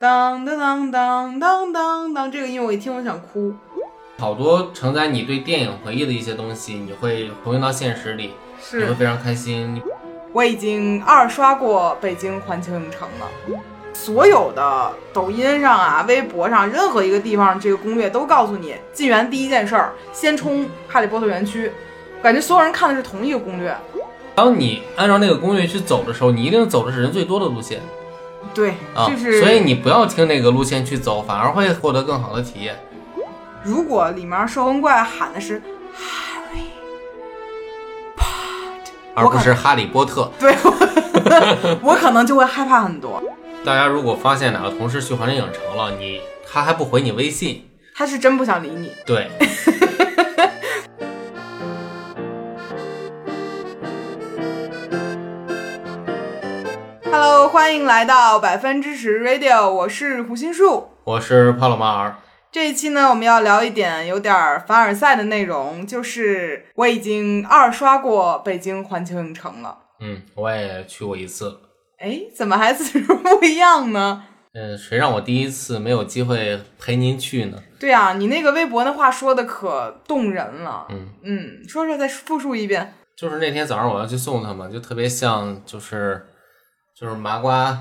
当当当当当当当，这个音我一听我就想哭。好多承载你对电影回忆的一些东西，你会投用到现实里，你会是，非常开心。我已经二刷过北京环球影城了。所有的抖音上啊、微博上任何一个地方，这个攻略都告诉你，进园第一件事儿先冲哈利波特园区。感觉所有人看的是同一个攻略。当你按照那个攻略去走的时候，你一定走的是人最多的路线对，啊，就是。所以你不要听那个路线去走，反而会获得更好的体验。如果里面兽魂怪喊的是而不是哈利波特。对 我，我可能就会害怕很多。大家如果发现哪个同事去环球影城了，你他还不回你微信，他是真不想理你。 对， Hello，欢迎来到百分之十 Radio，我是胡心树。我是帕洛马尔。这一期呢，我们要聊一点有点儿凡尔赛的内容，就是我已经二刷过北京环球影城了。嗯，我也去过一次。哎，怎么还次数不一样呢？嗯，谁让我第一次没有机会陪您去呢？对啊，你那个微博那话说的可动人了。嗯嗯，说说再复述一遍。就是那天早上我要去送他们，就特别像就是就是麻瓜，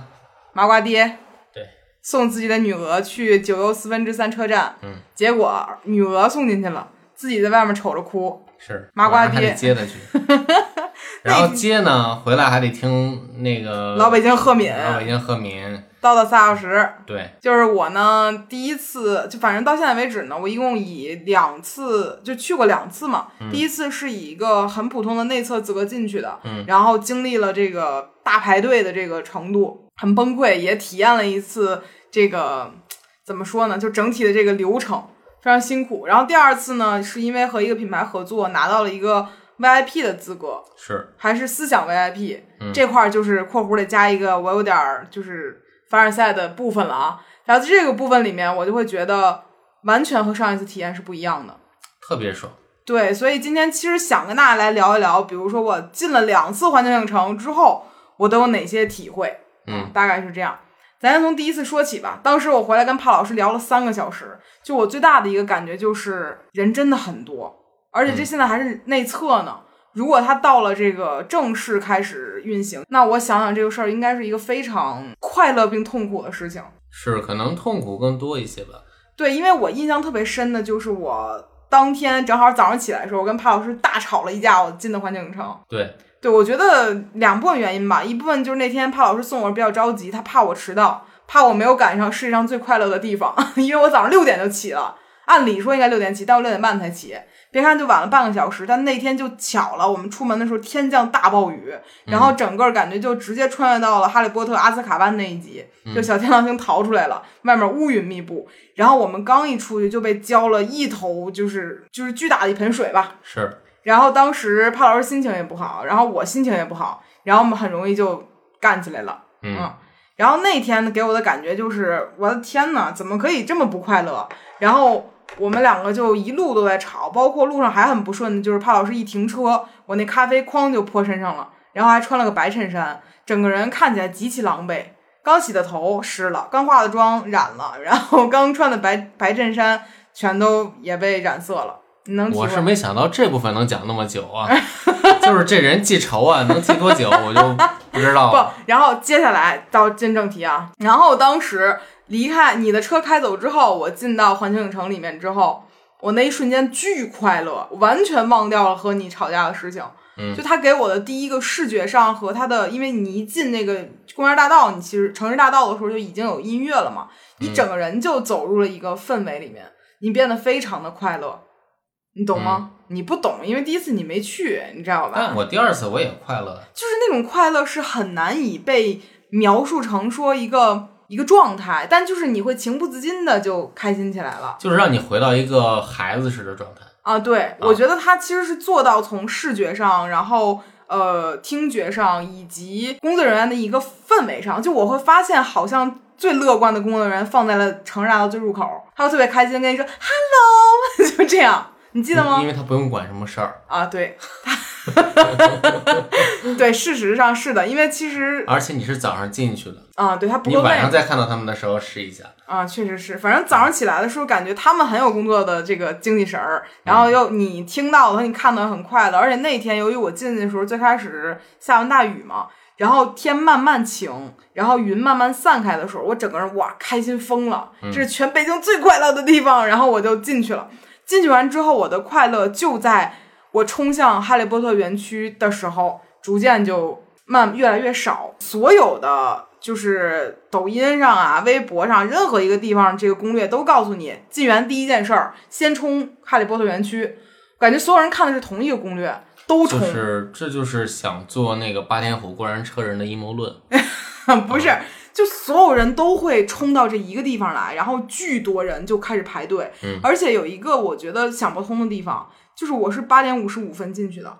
麻瓜爹，对，送自己的女儿去九又四分之三车站，嗯，结果女儿送进去了，自己在外面瞅着哭，是麻瓜晚上还得爹 接他去。然后接呢，回来还得听那个老北京赫敏呃老北京赫敏，叨叨仨小时。对，就是我呢，第一次就反正到现在为止呢，我一共以两次就去过两次嘛。第一次是以一个很普通的内测资格进去的，嗯然后经历了这个大排队的这个程度，很崩溃，也体验了一次这个怎么说呢，就整体的这个流程非常辛苦。然后第二次呢，是因为和一个品牌合作，拿到了一个 VIP 的资格，是还是思想 VIP、这块儿，就是括弧得加一个我有点儿就是凡尔赛的部分了啊。然后这个部分里面，我就会觉得完全和上一次体验是不一样的。特别爽。对，所以今天其实想跟大家来聊一聊，比如说我进了两次环球影城之后，我都有哪些体会，嗯，大概是这样。咱先从第一次说起吧。当时我回来跟帕老师聊了三个小时，就我最大的一个感觉就是人真的很多，而且这现在还是内测呢。如果它到了这个正式开始运行，那我想想这个事儿应该是一个非常快乐并痛苦的事情。是可能痛苦更多一些吧。对，因为我印象特别深的就是我当天正好早上起来的时候，我跟帕老师大吵了一架，我进的环球影城。对，对，我觉得两部分原因吧，一部分就是那天帕老师送我比较着急，他怕我迟到，怕我没有赶上世界上最快乐的地方， 因为我早上六点就起了，按理说应该六点起，但我六点半才起。别看就晚了半个小时，但那天就巧了，我们出门的时候天降大暴雨，然后整个感觉就直接穿越到了《哈利波特》阿兹卡班那一集，就小天狼星逃出来了，外面乌云密布，然后我们刚一出去就被浇了一头就是就是巨大的一盆水吧，是然后当时帕老师心情也不好，然后我心情也不好，然后我们很容易就干起来了。嗯然后那天呢给我的感觉就是，我的天呐，怎么可以这么不快乐？然后我们两个就一路都在吵，包括路上还很不顺的，就是帕老师一停车，我那咖啡哐就泼身上了，然后还穿了个白衬衫，整个人看起来极其狼狈。刚洗的头湿了，刚化的妆染了，然后 刚穿的白白衬衫全都也被染色了。你能体会我是没想到这部分能讲那么久啊， 就是这人记仇啊，能记多久我就不知道了。 不，然后接下来到进正题啊。然后当时离开你的车开走之后，我进到环球影城里面之后，我那一瞬间巨快乐，完全忘掉了和你吵架的事情。嗯就他给我的第一个视觉上和他的，因为你一进那个公园大道，你其实城市大道的时候就已经有音乐了嘛，你整个人就走入了一个氛围里面，你变得非常的快乐，你懂吗？你不懂，因为第一次你没去，你知道吧？但我第二次我也快乐，就是那种快乐是很难以被描述成说一个一个状态，但就是你会情不自禁的就开心起来了就是让你回到一个孩子式的状态。啊！对，我觉得它其实是做到从视觉上，然后。呃，听觉上以及工作人员的一个氛围上，就我会发现，好像最乐观的工作人员放在了城市大道最入口，他会特别开心地 嗯跟你说 “hello”，就这样，你记得吗？因为他不用管什么事儿，啊，对， 对，事实上是的，因为其实而且你是早上进去的，啊，对他不你够晚累上再看到他们的时候试一下，啊，确实是。反正早上起来的时候，感觉他们很有工作的这个精气神儿，然后又你听到的和你看到的很快乐。而且那天由于我进去的时候，最开始下完大雨嘛，然后天慢慢晴，然后云慢慢散开的时候，我整个人哇开心疯了，这是全北京最快乐的地方。然后我就进去了，进去完之后，我的快乐就在我冲向哈利波特园区的时候，逐渐就慢越来越少。所有的就是抖音上啊、微博上任何一个地方，这个攻略都告诉你，进园第一件事儿先冲哈利波特园区。感觉所有人看的是同一个攻略，都就冲，是这就是想做那个霸天虎过山车人的阴谋论。 不是。就所有人都会冲到这一个地方来，然后巨多人就开始排队，嗯而且有一个我觉得想不通的地方，就是我是八点五十五分进去的，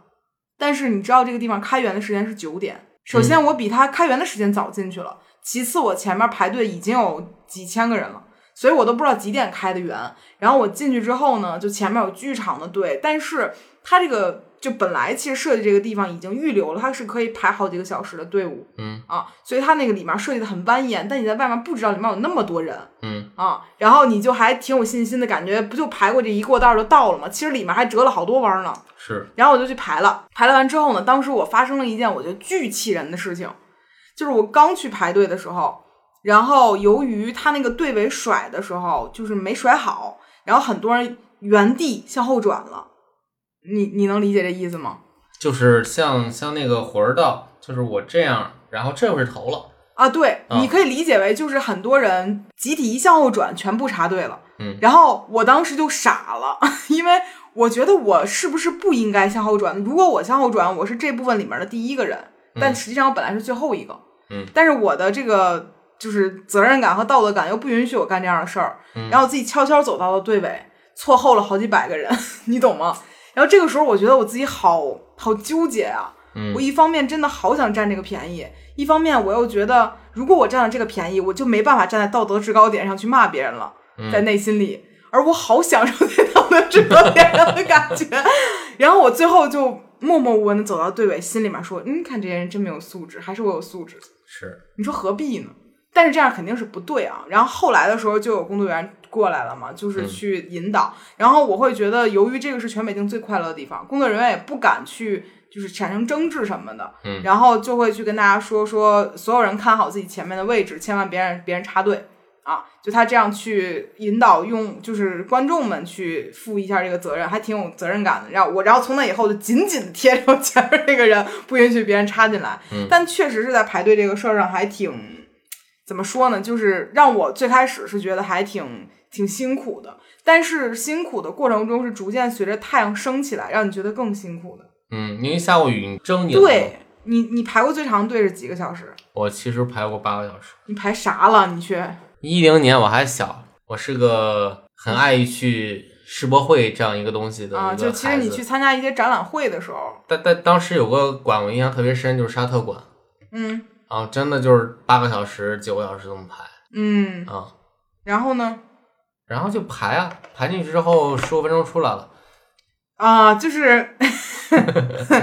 但是你知道这个地方开园的时间是九点。首先，我比他开园的时间早进去了；其次，我前面排队已经有几千个人了，所以我都不知道几点开的园。然后我进去之后呢，就前面有巨长的队，但是它这个就本来其实设计这个地方已经预留了，它是可以排好几个小时的队伍，嗯啊，所以它那个里面设计的很蜿蜒，但你在外面不知道里面有那么多人，嗯啊，然后你就还挺有信心的感觉，不就排过这一过道就到了吗？其实里面还折了好多弯儿呢。是然后我就去排了，排了完之后呢，当时我发生了一件我觉得巨气人的事情，就是我刚去排队的时候，然后由于他那个队尾甩的时候就是没甩好，然后很多人原地向后转了，你你能理解这意思吗？就是像像那个火车道，就是我这样，然后这会儿是头了，啊，对，啊你可以理解为就是很多人集体一向后转，全部插队了。嗯，然后我当时就傻了， 因为我觉得我是不是不应该向后转？如果我向后转，我是这部分里面的第一个人，但实际上我本来是最后一个。嗯，但是我的这个就是责任感和道德感又不允许我干这样的事儿，嗯然后我自己悄悄走到了队尾，错后了好几百个人， 你懂吗？然后这个时候，我觉得我自己好好纠结啊。嗯我一方面真的好想占这个便宜，一方面我又觉得，如果我占了这个便宜，我就没办法站在道德制高点上去骂别人了，在内心里。而我好享受在道德制高点上的感觉。 然后我最后就默默无闻的走到队尾，心里面说：“嗯，看这些人真没有素质，还是我有素质。”是你说何必呢？但是这样肯定是不对啊。然后后来的时候就有工作人员过来了嘛，就是去引导。然后我会觉得，由于这个是全北京最快乐的地方，工作人员也不敢去就是产生争执什么的。嗯然后就会去跟大家说说，所有人看好自己前面的位置，千万别让别人插队。啊，就他这样去引导用，就是观众们去负一下这个责任，还挺有责任感的。然后我，然后从那以后就紧紧地贴着我前面这个人，不允许别人插进来。嗯但确实是在排队这个事儿上还挺怎么说呢？就是让我最开始是觉得还挺挺辛苦的，但是辛苦的过程中是逐渐随着太阳升起来，让你觉得更辛苦的。嗯，因为下过雨，你狰狞。，对你，你排过最长队是几个小时？我其实排过八个小时。你排啥了？你去啊一零年我还小，我是个很爱去世博会这样一个东西的啊？一就个其实哎孩你子。去参加一些展览会的时候，但但当时有个馆我印象特别深，就是沙特馆嗯啊，真的就是八个小时、九个小时这么排嗯，啊，然后呢？然后就排啊，排进去之后十五分钟出来了。啊，就是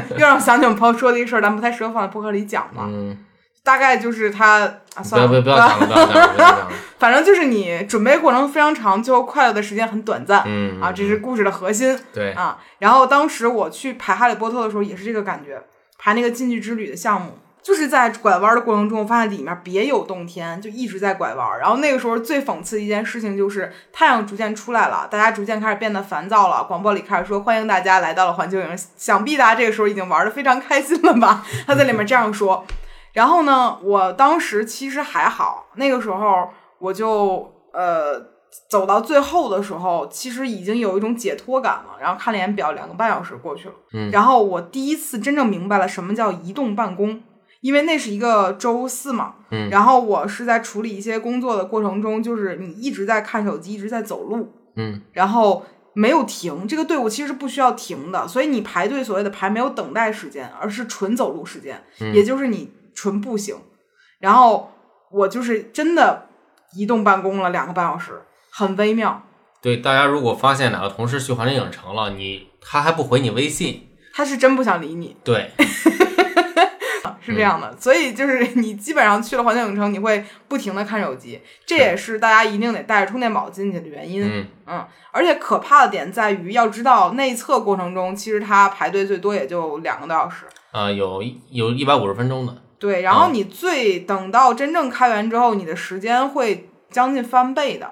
又让我想起我们朋友说的一个事儿，咱不太适合放在播客里讲嘛。嗯，大概就是他啊，不算要了，不要不要讲了，不要讲了，不 要讲了。反正就是你准备过程非常长，最后快乐的时间很短暂、嗯啊，这是故事的核心对，啊。然后当时我去排《哈利波特》的时候也是这个感觉，排那个禁忌之旅的项目，就是在拐弯的过程中，我发现里面别有洞天，就一直在拐弯。然后那个时候最讽刺的一件事情就是太阳逐渐出来了，大家逐渐开始变得烦躁了，广播里开始说欢迎大家来到了环球影，想必大家这个时候已经玩的非常开心了吧？ 他在里面这样说。然后呢，我当时其实还好，那个时候我就呃走到最后的时候，其实已经有一种解脱感了。然后看了一眼表，两个半小时过去了。嗯然后我第一次真正明白了什么叫移动办公，因为那是一个周四嘛。嗯然后我是在处理一些工作的过程中，就是你一直在看手机，一直在走路，嗯然后没有停。这个队伍其实是不需要停的，所以你排队所谓的排没有等待时间，而是纯走路时间，嗯也就是你纯步行。然后我就是真的移动办公了两个半小时，很微妙。对，大家如果发现哪个同事去环球影城了，你他还不回你微信，他是真不想理你，对，是这样的。 所以就是你基本上去了环球影城，你会不停的看手机，这也是大家一定得带着充电宝进去的原因。嗯嗯，而且可怕的点在于，要知道内测过程中，其实它排队最多也就两个多小时。啊，有有一百五十分钟的，对，然后你最等到真正开园之后，你的时间会将近翻倍的。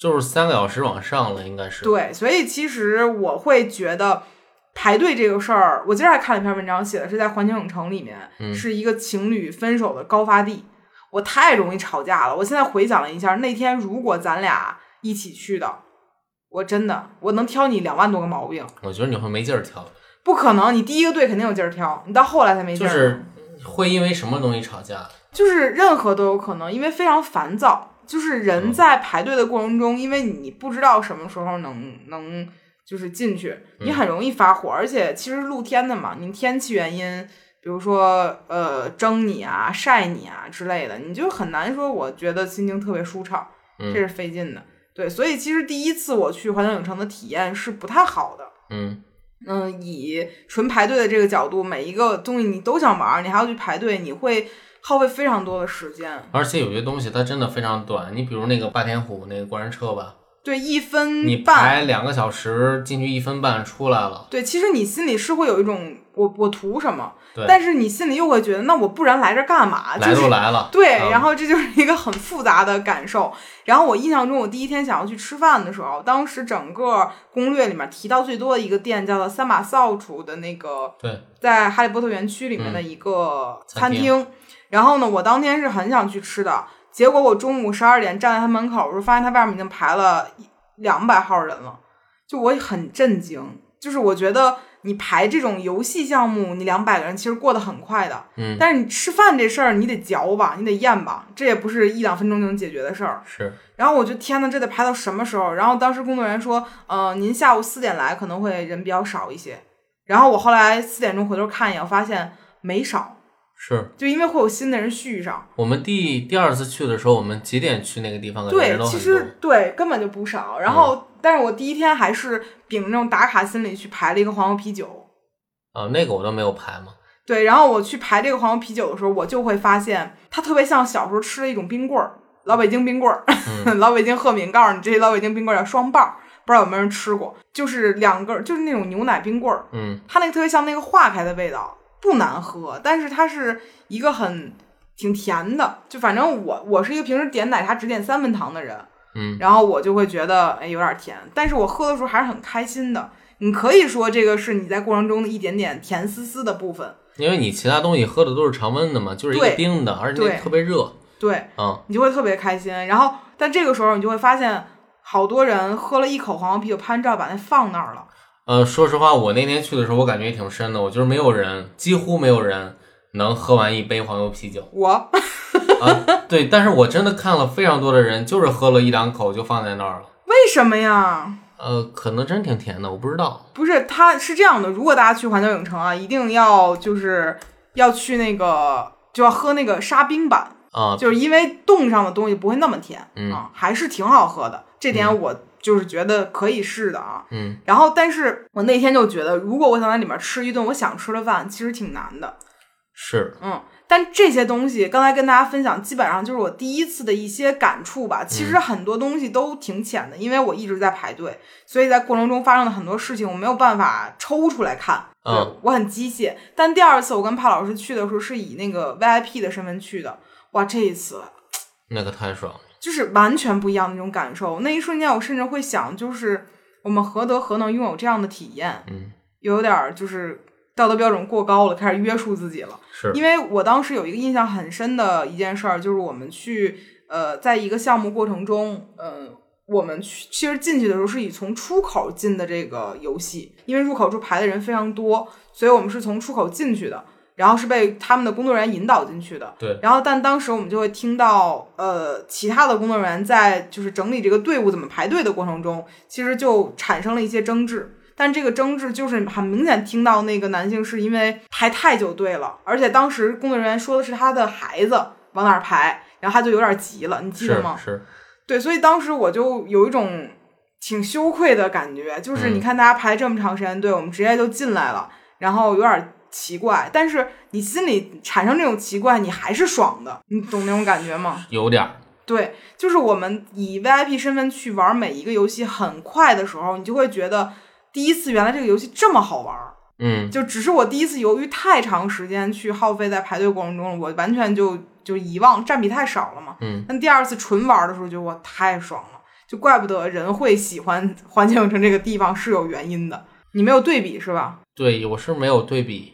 就是三个小时往上了，应该是。对，所以其实我会觉得排队这个事儿，我今儿还看了一篇文章，写的是在环球影城里面，嗯是一个情侣分手的高发地。我太容易吵架了，我现在回想了一下，那天如果咱俩一起去的，我真的我能挑你两万多个毛病，我觉得你会没劲儿挑，不可能，你第一个队肯定有劲儿挑，你到后来才没劲就儿。是会因为什么东西吵架？就是任何都有可能，因为非常烦躁。就是人嗯在排队的过程中，因为你不知道什么时候能能就是进去，你很容易发火。而且其实露天的嘛，你天气原因，比如说呃蒸你啊、晒你啊之类的，你就很难说我觉得心情特别舒畅，嗯这是费劲的。对，所以其实第一次我去环球影城的体验是不太好的。嗯，嗯，以纯排队的这个角度，每一个东西你都想玩儿，你还要去排队，你会耗费非常多的时间。而且有些东西它真的非常短，你比如那个霸天虎那个过山车吧，对，一你分半。排两个小时进去一分半出来了，对，其实你心里是会有一种我我图什么，对，但是你心里又会觉得，那我不然来这儿干嘛？啊就来都是来了，对，嗯然后这就是一个很复杂的感受。然后我印象中，我第一天想要去吃饭的时候，当时整个攻略里面提到最多的一个店叫做三把扫帚的那个对，在哈利波特园区里面的一个嗯餐餐厅厅。然后呢，我当天是很想去吃的，结果我中午十二点站在他门口的时候，发现他外面已经排了两百号人了，就我很震惊。就是我觉得你排这种游戏项目，你两百个人其实过得很快的，嗯，但是你吃饭这事儿你得嚼吧，你得咽吧，这也不是一两分钟就能解决的事儿。是，然后我就天呐，这得排到什么时候？然后当时工作人员说，呃，您下午四点来可能会人比较少一些。然后我后来四点钟回头看一眼，我发现没少，是就因为会有新的人续上。我们第第二次去的时候，我们几点去那个地方？感觉对人，都其很多嗯实。对根本就不少。然后，但是我第一天还是秉着那种打卡心理去排了一个黄油啤酒。啊，那个我都没有排嘛。对，然后我去排这个黄油啤酒的时候，我就会发现它特别像小时候吃的一种冰棍儿，老北京冰棍儿， 老北京鹤敏告诉你，这些老北京冰棍儿叫双棒儿，不知道有没有人吃过，就是两根儿，就是那种牛奶冰棍儿，嗯，它那个特别像那个化开的味道，不难喝，但是它是一个很挺甜的，就反正我我是一个平时点奶茶只点三分糖的人，嗯，然后我就会觉得哎有点甜，但是我喝的时候还是很开心的。你可以说这个是你在过程中的一点点甜丝丝的部分，因为你其他东西喝的都是常温的嘛，就是一个对冰的，而且那对个特别热。对，嗯，你就会特别开心。然后，但这个时候你就会发现，好多人喝了一口黄油啤酒，拍完照把那放那儿了。呃，说实话，我那天去的时候，我感觉也挺深的。我觉得没有人，几乎没有人能喝完一杯黄油啤酒我啊。对，但是我真的看了非常多的人，就是喝了一两口就放在那儿了。为什么呀？呃，可能真挺甜的，我不知道。不是，他是这样的。如果大家去环球影城啊，一定要就是要去那个，就要喝那个沙冰版，啊、就是因为冻上的东西不会那么甜、嗯啊，还是挺好喝的。这点我就是觉得可以试的啊。嗯，然后，但是我那天就觉得，如果我想在里面吃一顿我想吃的饭，其实挺难的。是，嗯，但这些东西刚才跟大家分享，基本上就是我第一次的一些感触吧。嗯其实很多东西都挺浅的，因为我一直在排队，所以在过程中发生的很多事情，我没有办法抽出来看。对嗯我很机械。但第二次我跟帕老师去的时候，是以那个 VIP 的身份去的。哇，这一次那个太爽了。就是完全不一样的那种感受。那一瞬间，我甚至会想，就是我们何德何能拥有这样的体验？嗯，有点儿就是道德标准过高了，开始约束自己了。是，因为我当时有一个印象很深的一件事儿，就是我们去呃，在一个项目过程中，呃，我们去其实进去的时候是以从出口进的这个游戏，因为入口处排的人非常多，所以我们是从出口进去的，然后是被他们的工作人员引导进去的。对，然后，但当时我们就会听到，呃，其他的工作人员在就是整理这个队伍怎么排队的过程中，其实就产生了一些争执。但这个争执就是很明显听到那个男性是因为排太久队了，而且当时工作人员说的是他的孩子往哪儿排，然后他就有点急了，你记得是吗？是，对，所以当时我就有一种挺羞愧的感觉，就是你看大家排这么长时间队，我们直接就进来了，然后有点奇怪，但是你心里产生这种奇怪，你还是爽的，你懂那种感觉吗？ 有点儿，对，就是我们以 VIP 身份去玩每一个游戏，很快的时候，你就会觉得第一次原来这个游戏这么好玩儿，嗯，就只是我第一次由于太长时间去耗费在排队过程中，我完全就就遗忘，占比太少了嘛。嗯，但第二次纯玩的时候，就我太爽了，就怪不得人会喜欢 环球影城这个地方是有原因的。你没有对比是吧？对我是没有对比，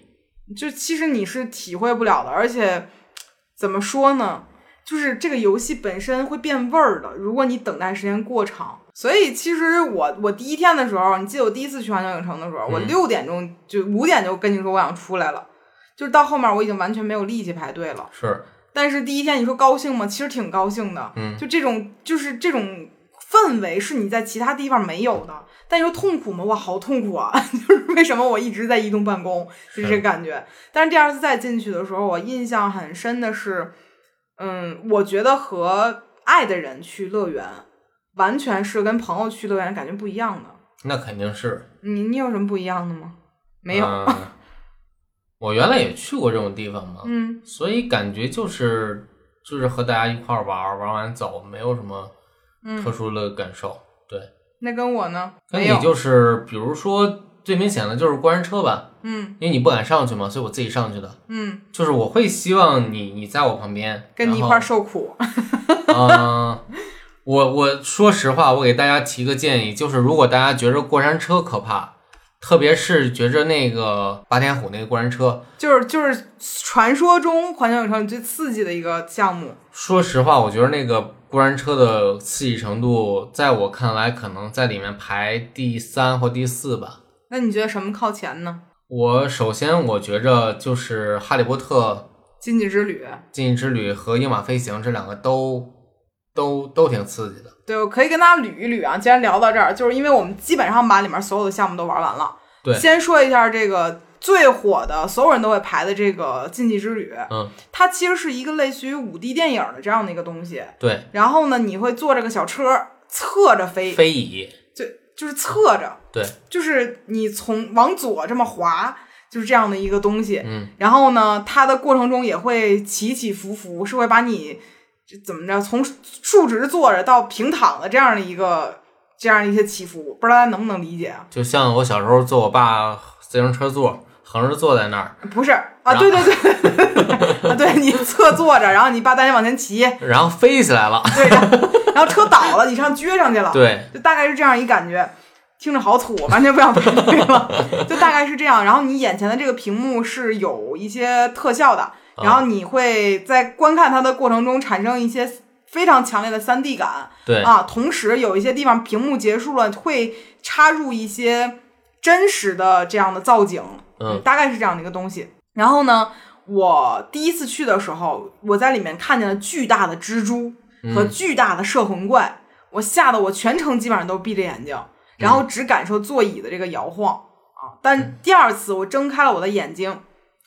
就其实你是体会不了的，而且怎么说呢，就是这个游戏本身会变味儿的，如果你等待时间过长。所以其实我我第一天的时候，你记得我第一次去环球影城的时候，我嗯六点钟就五点就跟你说我想出来了，就是到后面我已经完全没有力气排队了。是但是第一天你说高兴吗？其实挺高兴的，嗯就这种就是这种氛围是你在其他地方没有的。但你说痛苦吗？哇，好痛苦啊！ 就是为什么我一直在移动办公，就是这是感觉。但是第二次再进去的时候，我印象很深的是，嗯，我觉得和爱的人去乐园，完全是跟朋友去乐园感觉不一样的。那肯定是你你有什么不一样的吗？没有，嗯 我原来也去过这种地方嘛，嗯所以感觉就是就是和大家一块儿玩儿，玩完走，没有什么特嗯，殊的感受。对，那跟我呢？那没有你，就是比如说最明显的就是过山车吧，嗯因为你不敢上去嘛，所以我自己上去的。嗯，就是我会希望你你在我旁边，跟你一块儿受苦。 然后。嗯，我我说实话，我给大家提个建议，就是如果大家觉着过山车可怕，特别是觉着那个霸天虎那个过山车，就是就是传说中环球影城里最刺激的一个项目，说实话，我觉得那个过山车的刺激程度，在我看来，可能在里面排第三或第四吧。那你觉得什么靠前呢？我首先我觉着就是《哈利波特禁忌之旅，禁忌之旅》和《鹰马飞行》这两个都都都挺刺激的。对我可以跟大家捋一捋啊。既然聊到这儿，就是因为我们基本上把里面所有的项目都玩完了。对先说一下这个最火的，所有人都会排的这个禁忌之旅，嗯，它其实是一个类似于五 D 电影的这样的一个东西。对，然后呢，你会坐这个小车侧着飞，飞椅，就就是侧着，对，就是你从往左这么滑，就是这样的一个东西。嗯，然后呢，它的过程中也会起起伏伏，是会把你这怎么着从竖直坐着到平躺的这样的一个这样一些起伏，不知道大家能不能理解啊？就像我小时候坐我爸自行车座，横着坐在那儿，不是啊，然后对对对，啊，对你侧坐着，然后你爸带你往前骑，然后飞起来了。 对，然后然后车倒了，你上撅上去了，对，就大概是这样一感觉，听着好土， 完全不想排队了， 就大概是这样。然后你眼前的这个屏幕是有一些特效的，然后你会在观看它的过程中产生一些非常强烈的 3D 感对，啊，同时有一些地方屏幕结束了会插入一些真实的这样的造景，嗯，大概是这样的一个东西。然后呢，我第一次去的时候，我在里面看见了巨大的蜘蛛嗯和巨大的摄魂怪，我吓得我全程基本上都闭着眼嗯睛，然后只感受座椅的这个摇晃啊。嗯但第二次我睁开了我的眼睛，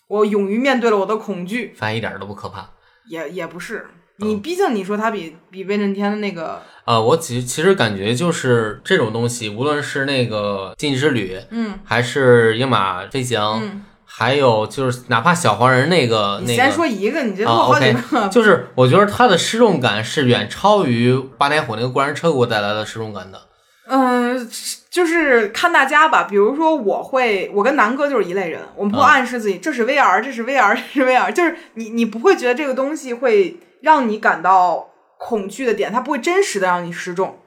我勇于面对了我的恐惧，反正一点儿都不可怕。也也不是。你哦毕竟你说它比比威震天的那个，啊，我其其实感觉就是这种东西，无论是那个《禁忌之旅》，嗯，还是鹰马飞行，嗯还有就是哪怕小黄人那个你呃那先个，说一个，你这啊都好几，OK 个，就是我觉得它的失重感是远超于八点虎那个过山车给我带来的失重感的。 嗯，就是看大家吧。比如说，我会，我跟南哥就是一类人，我们会啊暗示自己，这是 VR，这是 VR，这是 VR，就是你你不会觉得这个东西会让你感到恐惧的点，它不会真实的让你失重。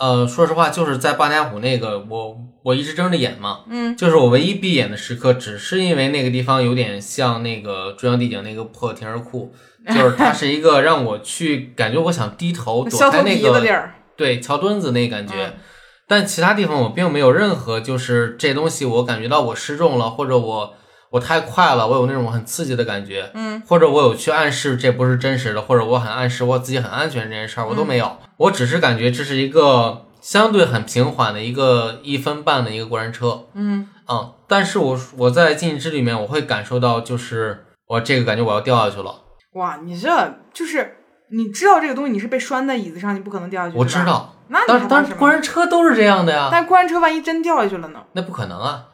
呃，说实话，就是在八点虎那个，我我一直睁着眼嘛，嗯，就是我唯一闭眼的时刻，只是因为那个地方有点像那个中央地景那个破停车库，就是它是一个让我去感觉我想低头躲削开头那皮个的地儿，对，桥墩子那感觉。嗯但其他地方我并没有任何，就是这东西我感觉到我失重了，或者我我太快了，我有那种很刺激的感觉，嗯，或者我有去暗示这不是真实的，或者我很暗示我自己很安全这件事儿，我嗯都没有，我只是感觉这是一个相对很平缓的一个一分半的一个过山车，嗯嗯，但是我我在禁忌之旅里面，我会感受到就是我这个感觉我要掉下去了，哇，你这就是你知道这个东西，你是被拴在椅子上，你不可能掉下去。我是吧啊知，道，那你但还但当是什过么？山车都是这样的呀，但过山车万一真掉下去了呢？ 那不可能啊，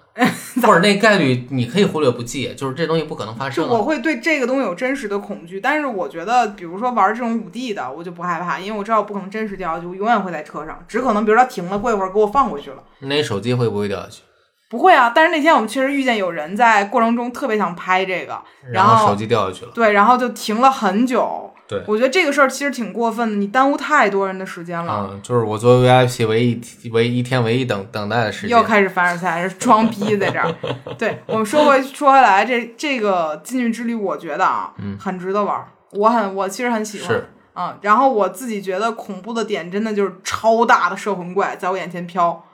或者那概率你可以忽略不计，就是这东西不可能发就生、啊。我会对这个东西有真实的恐惧，但是我觉得，比如说玩这种五 D 的，我就不害怕，因为我知道我不可能真实掉下去，我永远会在车上，只可能比如它停了，过一会儿给我放回去了，那你手机会不会掉下去？不会啊。但是那天我们确实遇见有人在过程中特别想拍这个，然然后后手机掉下去了。对，然后就停了很久。对我觉得这个事儿其实挺过分的，你耽误太多人的时间了。嗯，就是我作为 VIP 唯一唯一天唯一等等待的时又间，开始凡尔赛，是装逼在这 儿。对我们说回说回来，这这个禁欲之旅，我觉得啊，很值得玩儿。我很我其实很喜欢，嗯是嗯，然后我自己觉得恐怖的点真的就是超大的摄魂怪在我眼前飘，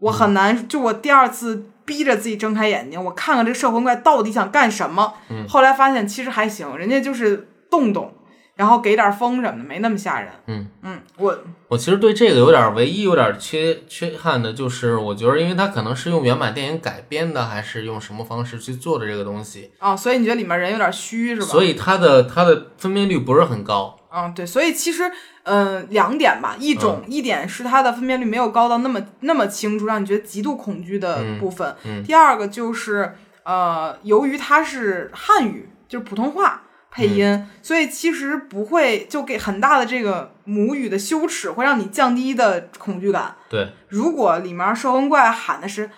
我很难，嗯就我第二次逼着自己睁开眼睛，我看看这摄魂怪到底想干什么。嗯后来发现其实还行，人家就是动动，然后给点风什么的，没那么吓人。嗯嗯，我我其实对这个有点唯一有点缺缺憾的，就是我觉得，因为它可能是用原版电影改编的，还是用什么方式去做的这个东西，啊、所以你觉得里面人有点虚是吧？所以它的它的分辨率不是很高。嗯，对，所以其实，呃，两点吧，一种、一点是它的分辨率没有高到那么那么清楚，让你觉得极度恐惧的部分；第二个就是，呃，由于它是汉语，就是普通话配音，所以其实不会就给很大的这个母语的羞耻，会让你降低的恐惧感。对，如果里面摄魂怪喊的是，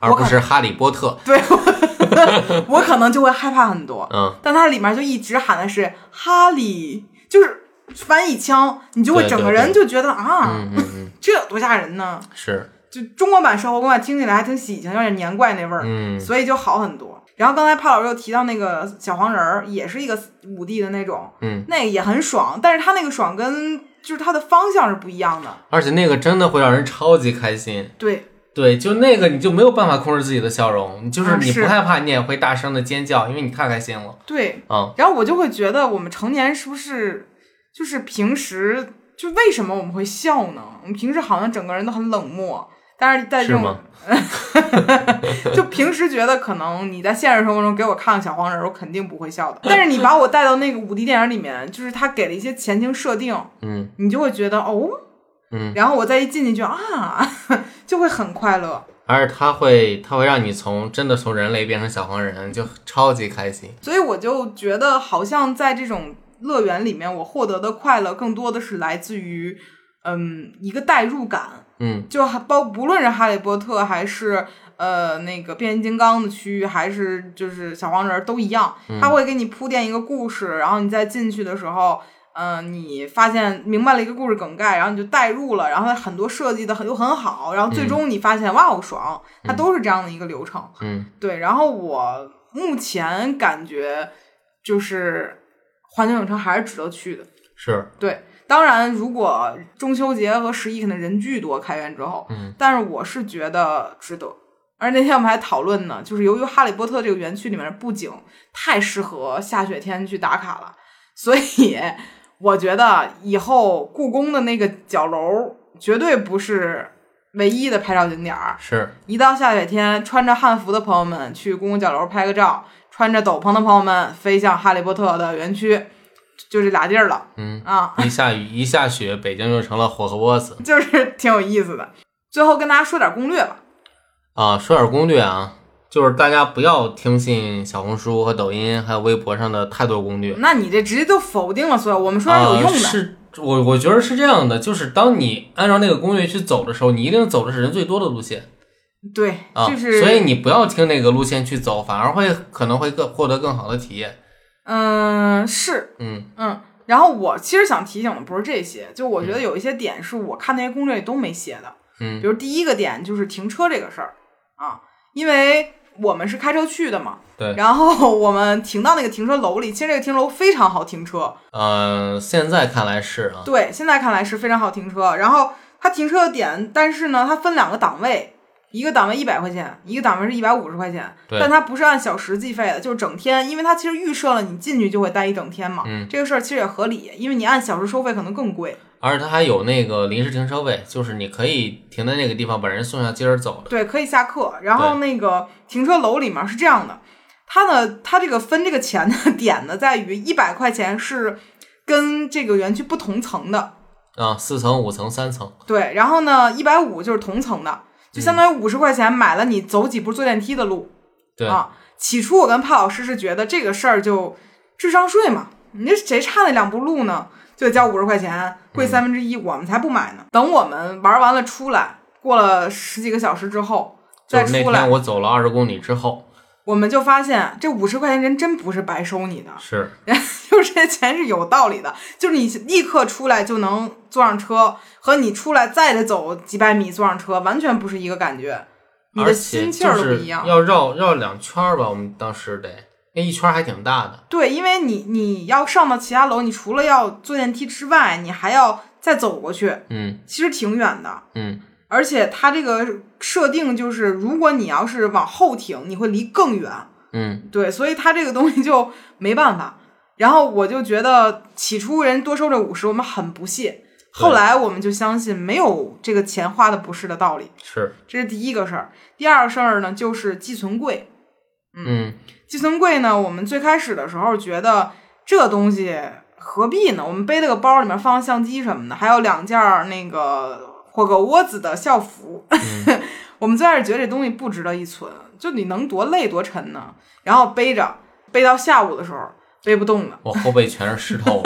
而不我是哈利波特。对我 我可能就会害怕很多。嗯，但它里面就一直喊的是哈利，就是翻译腔，你就会对整个对人就觉得啊，嗯嗯嗯，这有多吓人呢？是，就中国版《生活公馆》听起来还挺喜庆，有点年怪那味儿，嗯所以就好很多。然后刚才帕老师又提到那个小黄人儿，也是一个五 D 的那种，嗯，那个也很爽，但是他那个爽跟就是他的方向是不一样的。而且那个真的会让人超级开心。对，对，就那个你就没有办法控制自己的笑容，就是嗯你是不害怕，你也会大声的尖叫，因为你太开心了。对，嗯，然后我就会觉得我们成年是不是就是平时就为什么我们会笑呢？我们平时好像整个人都很冷漠，但是在这是种吗？就平时觉得可能你在现实生活中给我看个小黄人儿，我肯定不会笑的。但是你把我带到那个五 D 电影里面，就是他给了一些前情设定，嗯你就会觉得哦，嗯，然后我再一进去就啊， 就会很快乐。而且它会，它会让你从真的从人类变成小黄人，就超级开心。所以我就觉得，好像在这种乐园里面，我获得的快乐更多的是来自于，嗯，一个代入感。嗯，就还包不论是哈利波特还是呃那个变形金刚的区域，还是就是小黄人儿都一样，他会给你铺垫一个故事，然后你再进去的时候。嗯、你发现明白了一个故事梗概，然后你就代入了，然后它很多设计的很又很好，然后最终你发现、哇，我爽，它都是这样的一个流程。嗯，对，然后我目前感觉就是环球影城还是值得去的。是，对，当然，如果中秋节和十一可能人巨多，开园之后，嗯，但是我是觉得值得。而那天我们还讨论呢，就是由于哈利波特这个园区里面的布景太适合下雪天去打卡了，所以 我觉得以后故宫的那个角楼绝对不是唯一的拍照景点儿。 是，一到下雪天，穿着汉服的朋友们去故宫角楼拍个照，穿着斗篷的朋友们飞向哈利波特的园区，就就这俩地儿了嗯，啊。一下雨一下雪，北京就成了火锅子就是 挺有意思的。最后跟大家说点攻略吧。啊。说点攻略啊，就是大家不要听信小红书和抖音还有微博上的太多攻略。那你这直接就否定了所有我们说啊，点有用的，是我我觉得是这样的，就是当你按照那个攻略去走的时候，你一定走的是人最多的路线对，啊，就是所以你不要听那个路线去走，反而会可能会更获得更好的体验。嗯、是嗯嗯。然后我其实想提醒的不是这些，就我觉得有一些点是我看那些攻略里都没写的，嗯比如第一个点就是停车这个事儿啊，因为我们是开车去的嘛，对然后我们停到那个停车楼里，其实这个停车楼非常好停车，呃，现在看来是啊，对，现在看来是非常好停车。然后它停车的点，但是呢，它分两个档位，一个档位一百块钱，一个档位是一百五十块钱。对但它不是按小时计费的，就是整天，因为它其实预设了你进去就会待一整天嘛。嗯这个事儿其实也合理，因为你按小时收费可能更贵。而且它还有那个临时停车位，就是你可以停在那个地方把人送下街儿走的。对，可以下课。然后那个停车楼里面是这样的，它呢，它这个分这个 钱的点呢，在于一百块钱是跟这个园区不同层的。啊，四层、五层、三层，对，然后呢，一百五就是同层的，就相当于五十块钱买了你走几步坐电梯的路、嗯对，啊。起初我跟帕老师是觉得这个事儿就智商税嘛，你这谁差那两步路呢？就得交五十块钱，嗯贵三分之一，我们才不买呢。等我们玩完了出来，过了十几个小时之后就再是那出来天，我走了二十公里之后，我们就发现这五十块钱人真不是白收你的，是 就是这钱是有道理的，就是你立刻出来就能坐上车，和你出来再得走几百米坐上车，完全不是一个感觉，你的而且心气就儿都不是一样。要绕绕两圈儿吧，我们当时得那一圈儿还挺大的，对，因为你你要上到其他楼，你除了要坐电梯之外，你还要再走过去，嗯其实挺远的。嗯，而且它这个设定就是，如果你要是往后停，你会离更远。嗯，对，所以他这个东西就没办法。然后我就觉得起初人多收这五十，我们很不屑。后来我们就相信没有这个钱花的不是的道理，是，这是第一个事儿。第二个事儿呢，就是寄存柜。嗯寄存柜呢，我们最开始的时候觉得这东西何必呢？我们背了个包，里面放相机什么的，还有两件儿那个火狗窝子的校服。 我们最开始觉得这东西不值得一存，就你能多累多沉呢？然后背着，背到下午的时候背不动了， 我后背全是石头，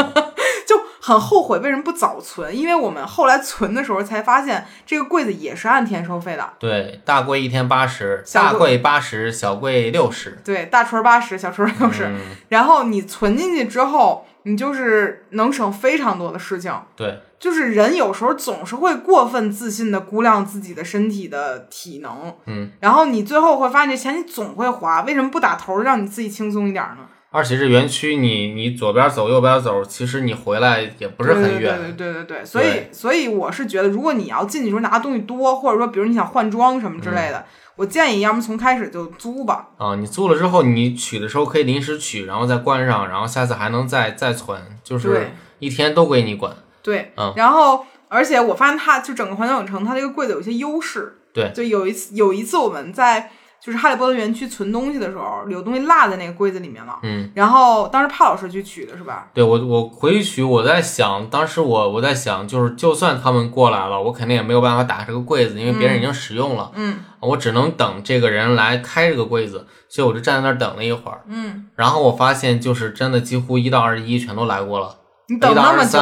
就很后悔为什么不早存，因为我们后来存的时候才发现这个柜子也是按天收费的。对，大柜一天八十，小大柜柜八十，小柜六十，对，大锤八十，小锤六十。嗯，然后你存进去之后，你就是能省非常多的事情。对，就是人有时候总是会过分自信的估量自己的身体的体能，嗯，然后你最后会发现这钱你总会花，为什么不打头儿让你自己轻松一点儿呢？而且这园区你你左边走右边走，其实你回来也不是很远，对对对对对对，所以所以我是觉得，如果你要进去时候拿的东西多，或者说比如你想换装什么嗯之类的，我建议要么从开始就租吧，啊，你租了之后，你取的时候可以临时取，然后再关上，然后下次还能再再存，就是对一天都归你管。对，嗯然后而且我发现它就整个环球影城它这个柜子有一些优势，对就有一次有一次我们在就是哈利波特园区存东西的时候，有东西落在那个柜子里面了，嗯，然后当时帕老师去取的是吧？对我，我回去取，我在想，当时我我在想，就是就算他们过来了，我肯定也没有办法打开这个柜子，因为别人已经使用了，嗯我只能等这个人来开这个柜子，所以我就站在那儿等了一会儿。嗯，然后我发现，就是真的几乎一到二十一全都来过了。你等那么久，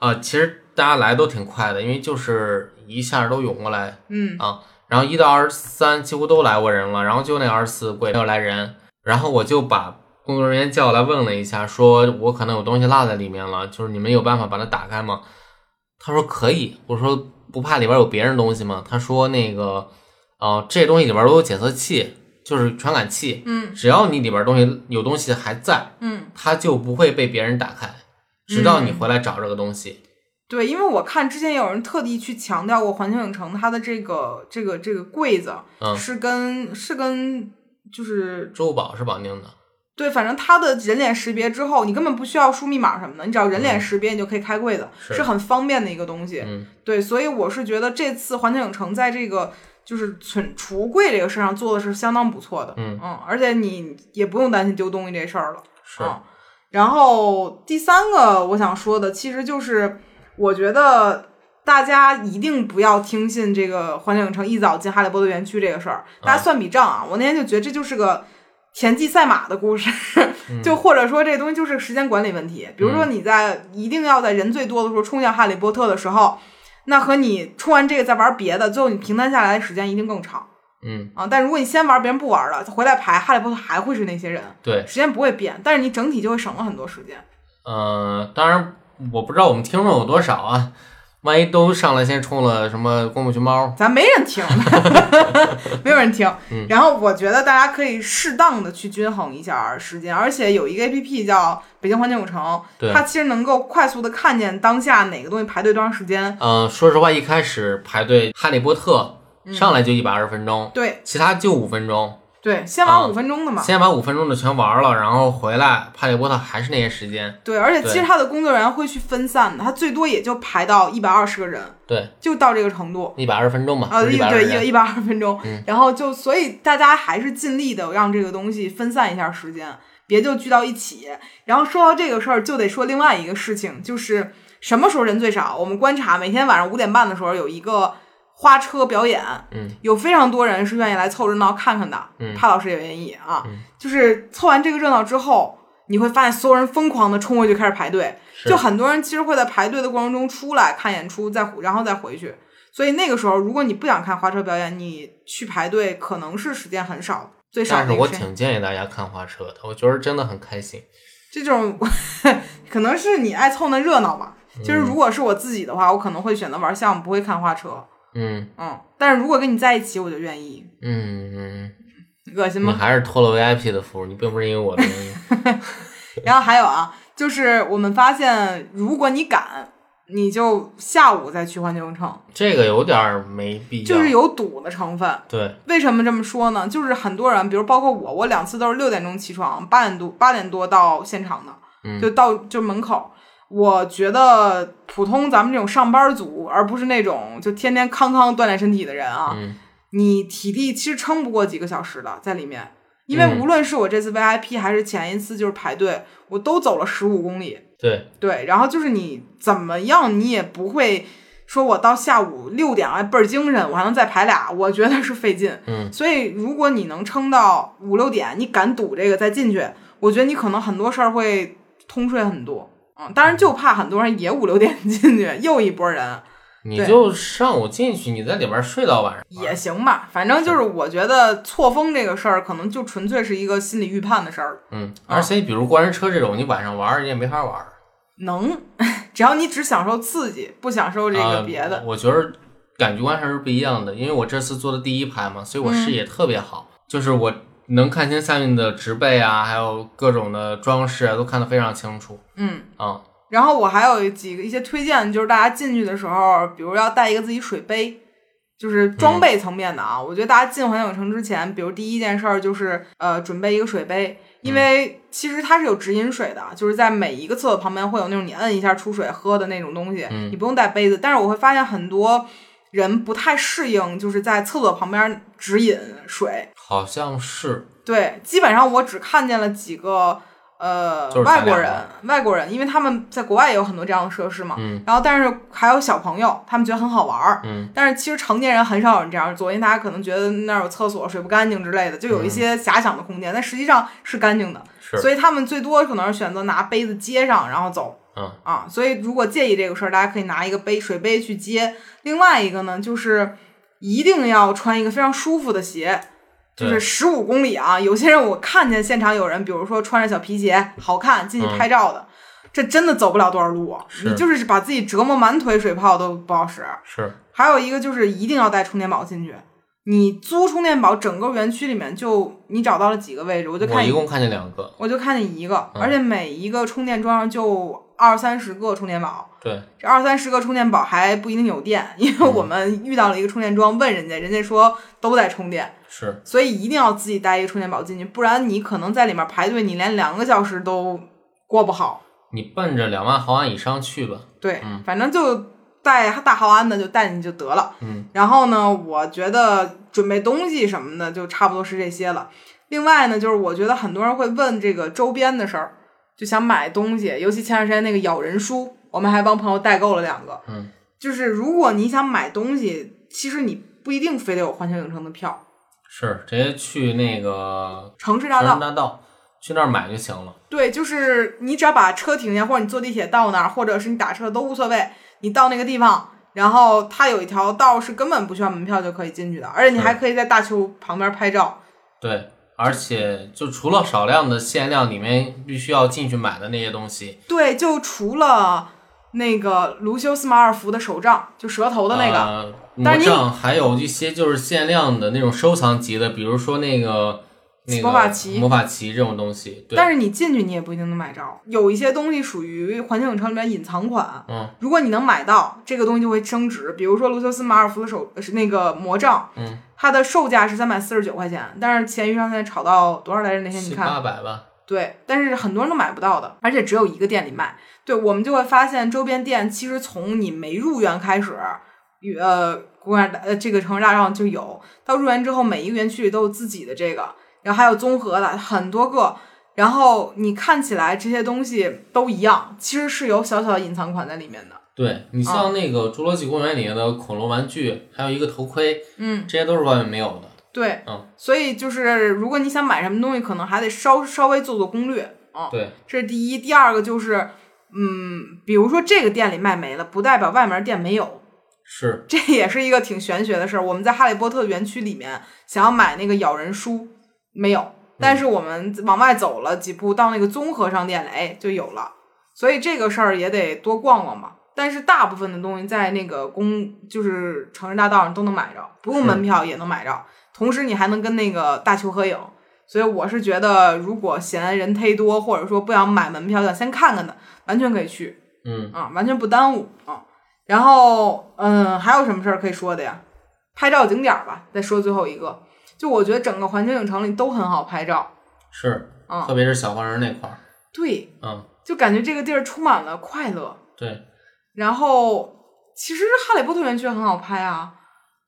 啊，其实大家来都挺快的，因为就是一下都涌过来，嗯啊，然后一到二十三几乎都来过人了，然后就那二十四柜没有来人，然后我就把工作人员叫来问了一下，说我可能有东西落在里面了，就是你们有办法把它打开吗？他说可以，我说不怕里边有别人东西吗？他说那个，呃，这东西里边都有检测器，就是传感器，嗯只要你里边东西有东西还在，嗯，它就不会被别人打开，直到你回来找这个东西。对，因为我看之前有人特地去强调过环球影城它的这个这个这个柜子嗯是跟是跟就是支付宝是绑定的，对，反正它的人脸识别之后，你根本不需要输密码什么的，你只要人脸识别，你就可以开柜子，嗯是是很方便的一个东西。嗯，对，所以我是觉得这次环球影城在这个就是存橱柜这个事上做的是相当不错的，嗯而且你也不用担心丢东西这事儿了。是，嗯然后第三个我想说的，其实就是我觉得大家一定不要听信这个环球影城一早进哈利波特园区这个事儿，嗯大家算笔账啊！我那天就觉得这就是个田忌赛马的故事，嗯就或者说这东西就是时间管理问题。比如说你在一定要在人最多的时候冲向哈利波特的时候，那和你冲完这个再玩别的，最后你平摊下来的时间一定更长嗯，啊！但如果你先玩别人不玩了，回来排哈利波特还会是那些人，对，时间不会变，但是你整体就会省了很多时间。呃，当然我不知道我们听众有多少啊，万一都上来先冲了什么功夫熊猫，咱没人听， 没有人听。嗯然后我觉得大家可以适当的去均衡一下时间，而且有一个 A P P 叫北京环球影城，对它其实能够快速的看见当下哪个东西排队多长时间。呃，说实话，一开始排队《哈利波特》嗯上来就一百二十分钟，对其他就五分钟，对，先啊玩五分钟的嘛。先把五分钟的全玩了，然后回来《哈利波特》还是那些时间，对，而且其对实它的工作人员会去分散的，它最多也就排到一百二十个人，对，就到这个程度。一百二十分钟嘛，啊，不是一一百二对十一人，嗯一百二十分钟，然后就所以大家还是尽力的让这个东西分散一下时间，别就聚到一起。然后说到这个事儿，就得说另外一个事情，就是什么时候人最少？我们观察，每天晚上五点半的时候有一个花车表演，嗯，有非常多人是愿意来凑热闹看看的，嗯帕老师也愿意啊。嗯就是凑完这个热闹之后，你会发现所有人疯狂的冲过去开始排队，是就很多人其实会在排队的过程中出来看演出，再然后再回去。所以那个时候，如果你不想看花车表演，你去排队可能是时间很少，最少但是那个我时间。挺建议大家看花车的，我觉得真的很开心。这种 可能是你爱凑那热闹吧。嗯就是如果是我自己的话，我可能会选择玩项目，不会看花车。嗯嗯，但是如果跟你在一起，我就愿意。嗯嗯，恶心你吗？还是托了 VIP 的福，你并不是因为我的原因。然后还有啊，就是我们发现，如果你敢，你就下午再去环球影城，这个有点儿没必要。就是有赌的成分。对，为什么这么说呢？就是很多人，比如包括我，我两次都是六点钟起床，八点多八点多到现场的，嗯就到就门口。我觉得普通咱们这种上班族，而不是那种就天天康康锻炼身体的人啊，嗯你体力其实撑不过几个小时的，在里面。因为嗯无论是我这次 VIP 还是前一次就是排队，我都走了十五公里，对，对，然后就是你怎么样，你也不会说我到下午六点啊倍儿精神，我还能再排俩，我觉得是费劲。嗯，所以如果你能撑到五六点，你敢赌这个再进去，我觉得你可能很多事儿会通顺很多。嗯，当然就怕很多人也五六点进去，又一波人你对就上午进去，你在里边儿睡到晚上。也行吧。反正就是我觉得错峰这个事儿，可能就纯粹是一个心理预判的事儿，嗯，而且比如过山车这种，你晚上玩儿你也没法玩儿。能， 只要你只享受刺激，不享受这个啊别的。我觉得感觉观还是不一样的，因为我这次坐的第一排嘛，所以我嗯视野特别好，就是我能看清下面的植被啊，还有各种的装饰啊，都看得非常清楚。嗯。啊、然后我还有几个一些推荐，就是大家进去的时候，比如要带一个自己水杯，就是装备层面的啊。我觉得大家进环球影城之前，比如第一件事儿就是呃准备一个水杯，因为其实它是有直饮水的，就是在每一个厕所旁边会有那种你摁一下出水喝的那种东西，嗯你不用带杯子。但是我会发现很多人不太适应，就是在厕所旁边直饮水。好像是，对，基本上我只看见了几个呃就是咱外国俩人，外国人，因为他们在国外也有很多这样的设施嘛。嗯然后，但是还有小朋友，他们觉得很好玩儿。嗯但是其实成年人很少有人这样做，因为大家可能觉得那儿有厕所水不干净之类的，就有一些遐想的空间。但实际上是干净的，嗯是，所以他们最多可能是选择拿杯子接上，然后走。嗯啊，所以如果介意这个事儿，大家可以拿一个杯水杯去接。另外一个呢，就是一定要穿一个非常舒服的鞋，就是对十五公里啊。有些人我看见现场有人，比如说穿着小皮鞋，好看进去嗯拍照的，这真的走不了多少路啊，是你就是把自己折磨满腿水泡都不好使。是，还有一个就是一定要带充电宝进去。你租充电宝，整个园区里面就你找到了几个位置，我就我看一共看见两个，我就看见一个，嗯而且每一个充电桩上就二三十个充电宝，对，这二三十个充电宝还不一定有电，因为我们遇到了一个充电桩，问人家，人家说都在充电，是，所以一定要自己带一个充电宝进去，不然你可能在里面排队，你连两个小时都过不好。你奔着两万毫安以上去吧。对，反正就带大豪安的就带你就得了。嗯，然后呢，我觉得准备东西什么的就差不多是这些了。另外呢，就是我觉得很多人会问这个周边的事儿，就想买东西，尤其前段时间那个咬人书，我们还帮朋友代购了两个。嗯，就是如果你想买东西，其实你不一定非得有环球影城的票，是，直接去那个城市长大道安大道去那儿买就行了。对，就是你只要把车停下，或者你坐地铁到那儿，或者是你打车都无所谓。你到那个地方，然后它有一条道是根本不需要门票就可以进去的，而且你是还可以在大球旁边拍照。对，而且就除了少量的限量里面必须要进去买的那些东西，对，就除了那个卢修斯马尔福的手杖，就蛇头的那个，呃、但魔是你杖，还有一些就是限量的那种收藏级的，比如说那个那个魔法旗魔法旗这种东西。对，但是你进去你也不一定能买着。有一些东西属于环球影城里面隐藏款，嗯，如果你能买到这个东西就会升值。比如说卢修斯马尔福的手是那个魔杖，嗯，它的售价是三百四十九块钱，但是闲鱼上现在炒到多少来着？那天你七看，啊八百吧。对，但是很多人都买不到的，而且只有一个店里卖。对，我们就会发现周边店其实从你没入园开始，与呃，公园呃这个城市大道上就有，到入园之后每一个园区里都有自己的这个，然后还有综合的很多个。然后你看起来这些东西都一样，其实是有小小的隐藏款在里面的。对你啊像那个《侏罗纪公园》里面的恐龙玩具，还有一个头盔，嗯，这些都是外面没有的。对，嗯所以就是如果你想买什么东西，可能还得稍稍微做做攻略。嗯，对，这是第一。第二个就是，嗯，比如说这个店里卖没了，不代表外面店没有，是，这也是一个挺玄学的事儿。我们在哈利波特园区里面想要买那个咬人书，没有，但是我们往外走了几步，到那个综合商店了，哎，就有了。所以这个事儿也得多逛逛吧。但是大部分的东西在那个公，就是城市大道上都能买着，不用是门票也能买着。同时你还能跟那个大球合影。所以我是觉得，如果嫌人忒多，或者说不想买门票，想先看看的，完全可以去。嗯，啊，完全不耽误啊。然后，嗯，还有什么事儿可以说的呀？拍照景点儿吧，再说最后一个。就我觉得整个环球影城里都很好拍照，是，嗯特别是小黄人那块儿，对，嗯，就感觉这个地儿充满了快乐。对，然后，其实哈利波特园区也很好拍啊，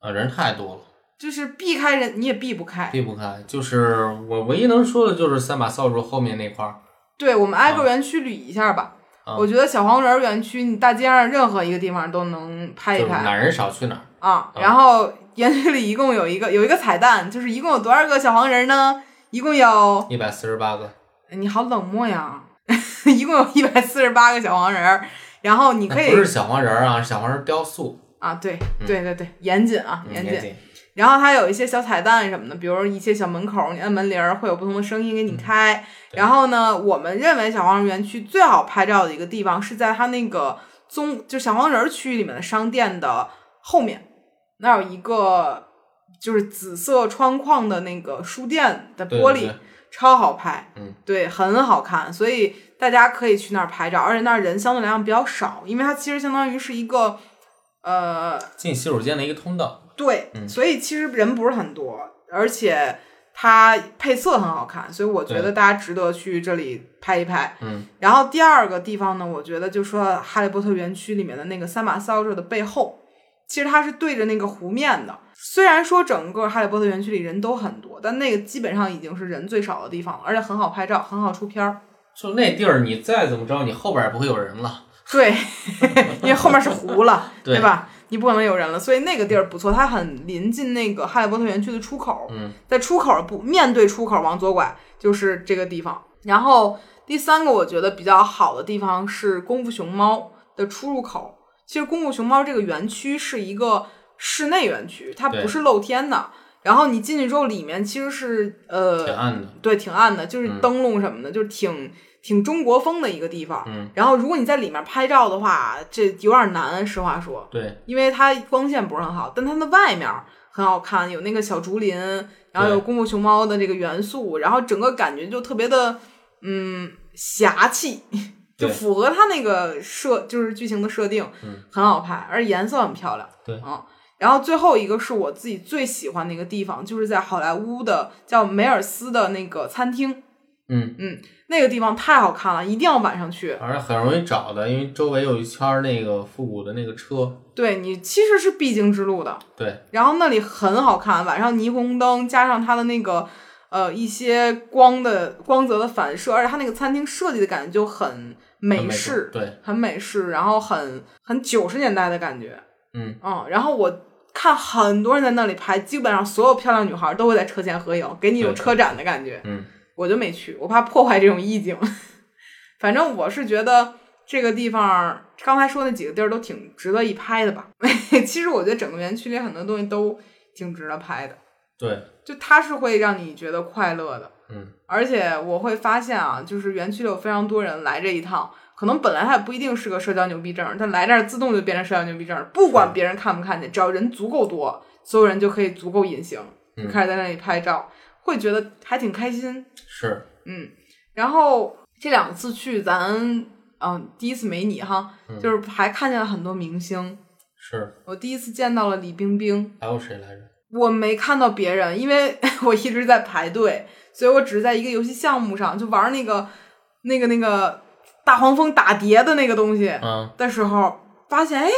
啊，人太多了，就是避开人你也避不开。避不开。就是我唯一能说的就是三把扫帚后面那块儿，对，我们挨个啊园区捋一下吧。啊我觉得小黄人儿园区，你大街上任何一个地方都能拍就一是拍。哪人少去哪儿。啊，然后园区里一共有一个有一个彩蛋，就是一共有多少个小黄人呢？一共有，一百四十八个，你好冷漠呀， 一共有一百四十八个小黄人儿。然后你那可以不是小黄人儿啊，是小黄人儿雕塑，啊，对嗯对对对，严谨啊，嗯，严严谨。谨，然后它有一些小彩蛋什么的，比如一些小门口，你按门铃儿会有不同的声音给你开。嗯对然后呢，我们认为小黄人园区最好拍照的一个地方是在它那个棕，就小黄人儿区里面的商店的后面，那儿有一个就是紫色窗框的那个书店的对玻璃，对对超好拍，嗯，对，很好看，所以大家可以去那儿拍照，而且那儿人相对来讲比较少，因为它其实相当于是一个呃进洗手间的一个通道，对，嗯所以其实人不是很多，而且它配色很好看，所以我觉得对大家值得去这里拍一拍。嗯，然后第二个地方呢，我觉得就说《哈利波特》园区里面的那个三把扫帚的背后，其实它是对着那个湖面的。虽然说整个《哈利波特》园区里人都很多，但那个基本上已经是人最少的地方了，而且很好拍照，很好出片儿。就那地儿，你再怎么着，你后边儿也不会有人了。 对，因为后面是湖了，对吧？你不可能有人了，所以那个地儿不错，它很临近那个哈利波特园区的出口。嗯，在出口不面对出口往左拐就是这个地方。然后第三个我觉得比较好的地方是功夫熊猫的出入口。其实功夫熊猫这个园区是一个室内园区，它对不是露天的。然后你进去之后，里面其实是呃挺暗的，对，挺暗的，就是嗯灯笼什么的，就是挺挺中国风的一个地方。嗯，然后如果你在里面拍照的话，这有点难，实话说，对，因为它光线不是很好，但它的外面很好看，有那个小竹林，然后有对功夫熊猫的这个元素，然后整个感觉就特别的，嗯，侠气， 就对符合它那个设就是剧情的设定，嗯很好拍，而且颜色很漂亮，对嗯。然后最后一个是我自己最喜欢的一个地方，就是在好莱坞的叫梅尔斯的那个餐厅，嗯，那个地方太好看了，一定要晚上去。而且很容易找的，因为周围有一圈儿那个复古的那个车，对你其实是必经之路的，对，然后那里很好看，晚上霓虹灯加上它的那个呃一些光的光泽的反射，而且它那个餐厅设计的感觉就很很美美式，对，很美式，然后很很九十年代的感觉，嗯，嗯，然后我看很多人在那里拍，基本上所有漂亮女孩都会在车前合影，给你一种对车展的感觉，嗯，我就没去，我怕破坏这种意境。 反正我是觉得这个地方刚才说那几个地儿都挺值得一拍的吧。 其实我觉得整个园区里很多东西都挺值得拍的，对，就它是会让你觉得快乐的。嗯，而且我会发现啊，就是园区里有非常多人来这一趟，可能本来他也不一定是个社交牛逼症，但来这儿自动就变成社交牛逼症了，不管是别人看不看见，只要人足够多，所有人就可以足够隐形，就嗯开始在那里拍照，会觉得还挺开心。是，嗯，然后这两次去咱，嗯、第一次没你哈，嗯就是还看见了很多明星。是，我第一次见到了李冰冰，还有谁来着？我没看到别人，因为 我一直在排队，所以我只是在一个游戏项目上就玩那个、那个、那个大黄蜂打碟的那个东西嗯，的时候，发现哎，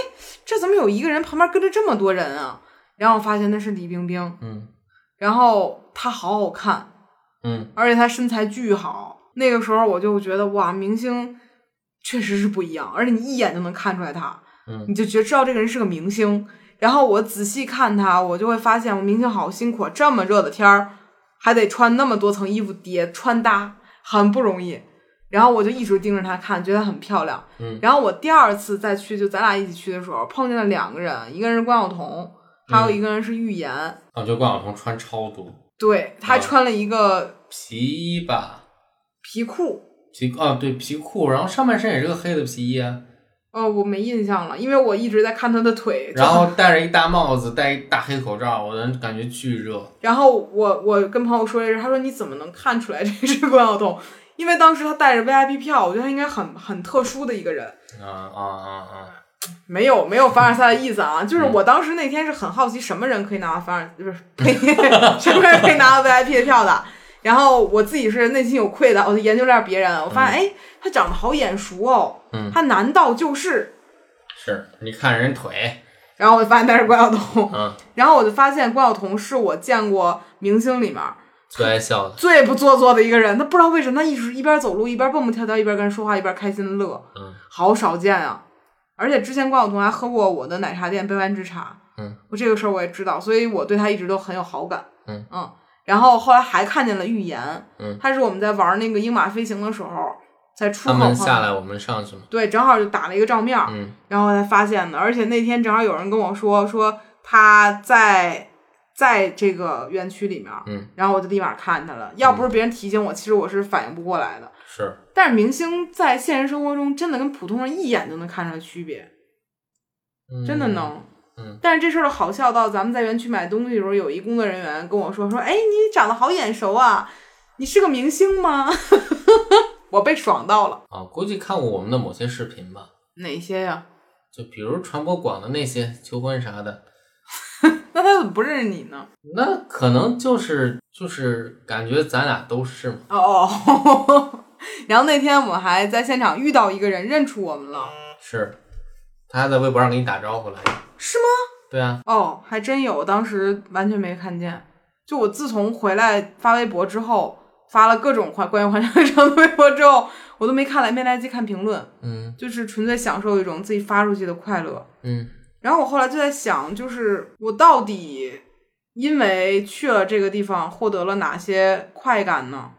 这怎么有一个人旁边跟着这么多人啊？然后我发现那是李冰冰，嗯，然后她好好看，嗯，而且她身材巨好，那个时候我就觉得哇，明星确实是不一样，而且你一眼就能看出来他，嗯你就觉知道这个人是个明星。然后我仔细看他，我就会发现，我明星好辛苦，啊，这么热的天儿还得穿那么多层衣服叠穿搭，很不容易。然后我就一直盯着她看，觉得她很漂亮。嗯然后我第二次再去，就咱俩一起去的时候，碰见了两个人，一个人是关晓彤，还有嗯一个人是预言。我觉得关晓彤穿超多对，她嗯穿了一个皮衣吧，皮裤，皮啊对皮裤，然后上半身也是个黑的皮衣啊，呃，我没印象了，因为我一直在看她的腿。然后戴着一大帽子，戴一大黑口罩，我能感觉巨热。然后我我跟朋友说这事，他说你怎么能看出来这是关晓彤？因为当时他带着 VIP 票，我觉得他应该很很特殊的一个人，啊啊啊啊！没有没有凡尔赛的意思啊，嗯就是我当时那天是很好奇什么人可以拿到凡尔不是呸 什么人可以拿到 VIP 的票的。然后我自己是内心有愧的，我就研究了点别人，我发现哎，他长得好眼熟哦，嗯他难道就是？是你看人腿，然后我就发现他是关晓彤，嗯，然后我就发现关晓彤是我见过明星里面最爱笑的，最不做作的一个人，他不知道为什么，他一直一边走路一边蹦蹦跳跳，一边跟人说话，一边开心地乐，嗯，好少见啊！而且之前关晓彤还喝过我的奶茶店杯湾之茶，嗯，我这个事儿我也知道，所以我对他一直都很有好感，嗯然后后来还看见了预言，嗯，他是我们在玩那个鹰马飞行的时候在出他口们碰下来我们上去嘛，对，正好就打了一个照面儿，嗯然后才发现的。而且那天正好有人跟我说，说他在在这个园区里面，嗯，然后我就立马看他了。要不是别人提醒我，其实我是反应不过来的。是但是明星在现实生活中真的跟普通人一眼就能看出来区别，真的能。嗯但是这事儿好笑到，咱们在园区买东西的时候，有一工作人员跟我说说：“哎，你长得好眼熟啊，你是个明星吗？” 我被爽到了。啊？估计看过我们的某些视频吧，哪些呀、就比如传播广的那些求婚啥的，那他怎么不认识你呢？那可能就是就是感觉咱俩都是嘛。哦， 然后那天我们还在现场遇到一个人认出我们了，是，他还在微博上给你打招呼来着。是吗？对啊，哦，还真有，我当时完全没看见。就我自从回来发微博之后，发了各种关关于黄晓生的微博之后，我都没看来没来得及看评论，嗯就是纯粹享受一种自己发出去的快乐。嗯然后我后来就在想，就是我到底因为去了这个地方获得了哪些快感呢？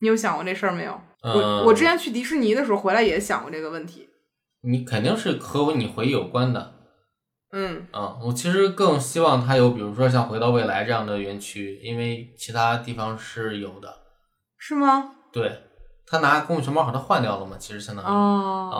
你有想过这事儿没有？我嗯我之前去迪士尼的时候回来也想过这个问题。你肯定是和你回忆有关的嗯，啊、我其实更希望它有，比如说像回到未来这样的园区，因为其他地方是有的。是吗？对，他拿公务熊猫好像换掉了嘛，其实相当于。哦，啊，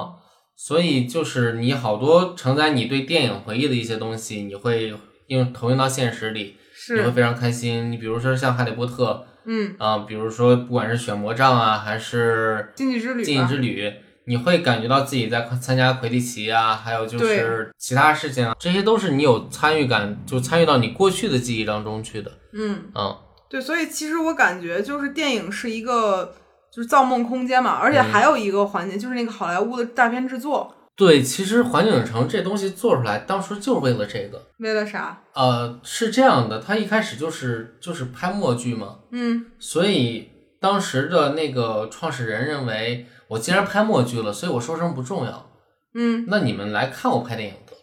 所以就是你好多承载你对电影回忆的一些东西，你会应投影到现实里，你会是，非常开心。你比如说像《哈利波特》嗯，啊、比如说不管是选魔杖啊，还是禁忌之旅吧，禁忌之旅，你会感觉到自己在参加魁地奇啊，还有就对是其他事情啊，这些都是你有参与感，就参与到你过去的记忆当中去的。嗯，嗯对，所以其实我感觉就是电影是一个就是造梦空间嘛，而且还有一个环节就是那个好莱坞的大片制作，对，其实环境影城这东西做出来，当时就是为了这个。为了啥？呃，是这样的，他一开始就是就是拍默剧嘛，嗯所以当时的那个创始人认为，我既然拍默剧了，所以我说声不重要，嗯那你们来看我拍电影得了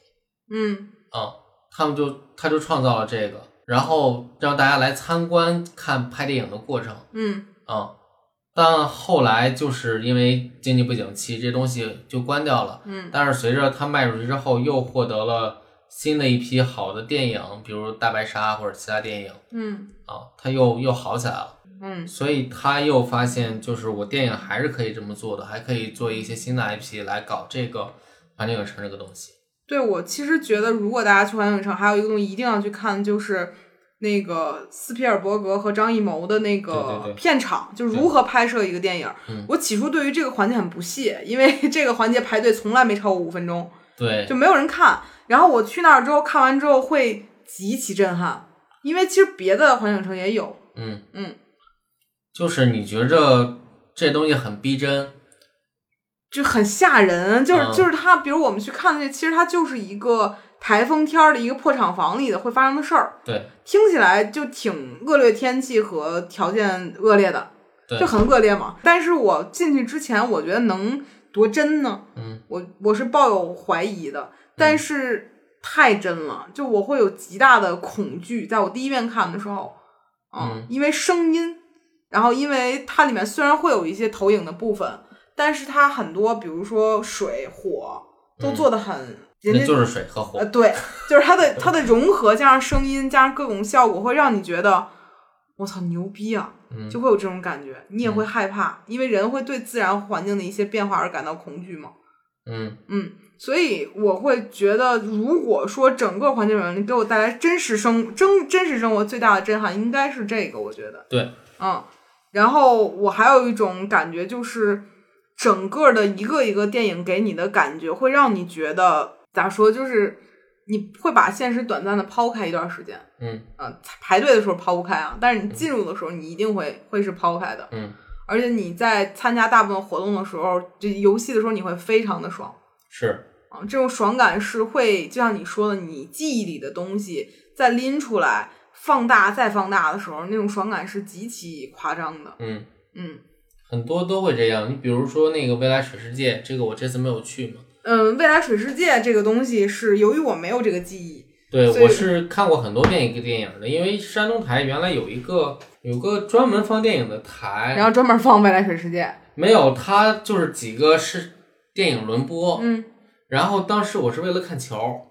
嗯啊、他们就他就创造了这个，然后让大家来参观看拍电影的过程啊、嗯，但后来就是因为经济不景气，这东西就关掉了。嗯，但是随着它卖出去之后，又获得了新的一批好的电影，比如《大白鲨》或者其他电影。嗯啊，他又又好起来了，嗯所以他又发现，就是我电影还是可以这么做的，还可以做一些新的 IP 来搞这个环境影城这个东西。对我其实觉得，如果大家去环球影城，还有一个东西一定要去看，就是那个斯皮尔伯格和张艺谋的那对对个对片场，就如何拍摄一个电影嗯。我起初对于这个环节很不屑，因为 这个环节排队从来没超过五分钟，对就没有人看。然后我去那儿之后，看完之后会极其震撼，因为其实别的环球影城也有。嗯嗯，就是你觉着这东西很逼真，就很吓人，就是、嗯就是它，比如我们去看那，其实它就是一个台风天儿的一个破厂房里的会发生的事儿。对，听起来就挺恶劣天气和条件恶劣的，对就很恶劣嘛。但是我进去之前，我觉得能多真呢？嗯，我我是抱有怀疑的，但是太真了，就我会有极大的恐惧，在我第一遍看的时候，啊嗯因为声音，然后因为它里面虽然会有一些投影的部分，但是它很多，比如说水、火都嗯做的很，人那家就是水和火呃，。对，就是它的它的融合，加上声音，加上各种效果，会让你觉得我操牛逼啊，嗯就会有这种感觉。你也会害怕，因为人会对自然环境的一些变化而感到恐惧嘛。嗯嗯，所以我会觉得，如果说整个环境软件给我带来真实生真真实生活最大的震撼，应该是这个，我觉得。对。嗯，然后我还有一种感觉就是，整个的一个一个电影给你的感觉，会让你觉得咋说，就是你会把现实短暂的抛开一段时间。嗯嗯，排队的时候抛不开啊，但是你进入的时候，你一定会会是抛开的。嗯，而且你在参加大部分活动的时候，就游戏的时候，你会非常的爽。是，啊，这种爽感是会，就像你说的，你记忆里的东西再拎出来，放大再放大的时候，那种爽感是极其夸张的。嗯，嗯很多都会这样。你比如说那个未来水世界，这个我这次没有去嘛。嗯，未来水世界这个东西是由于我没有这个记忆，对，所以我是看过很多遍一个电影的，因为山东台原来有一个有个专门放电影的台，然后专门放未来水世界。没有它就是几个是电影轮播，嗯，然后当时我是为了看球，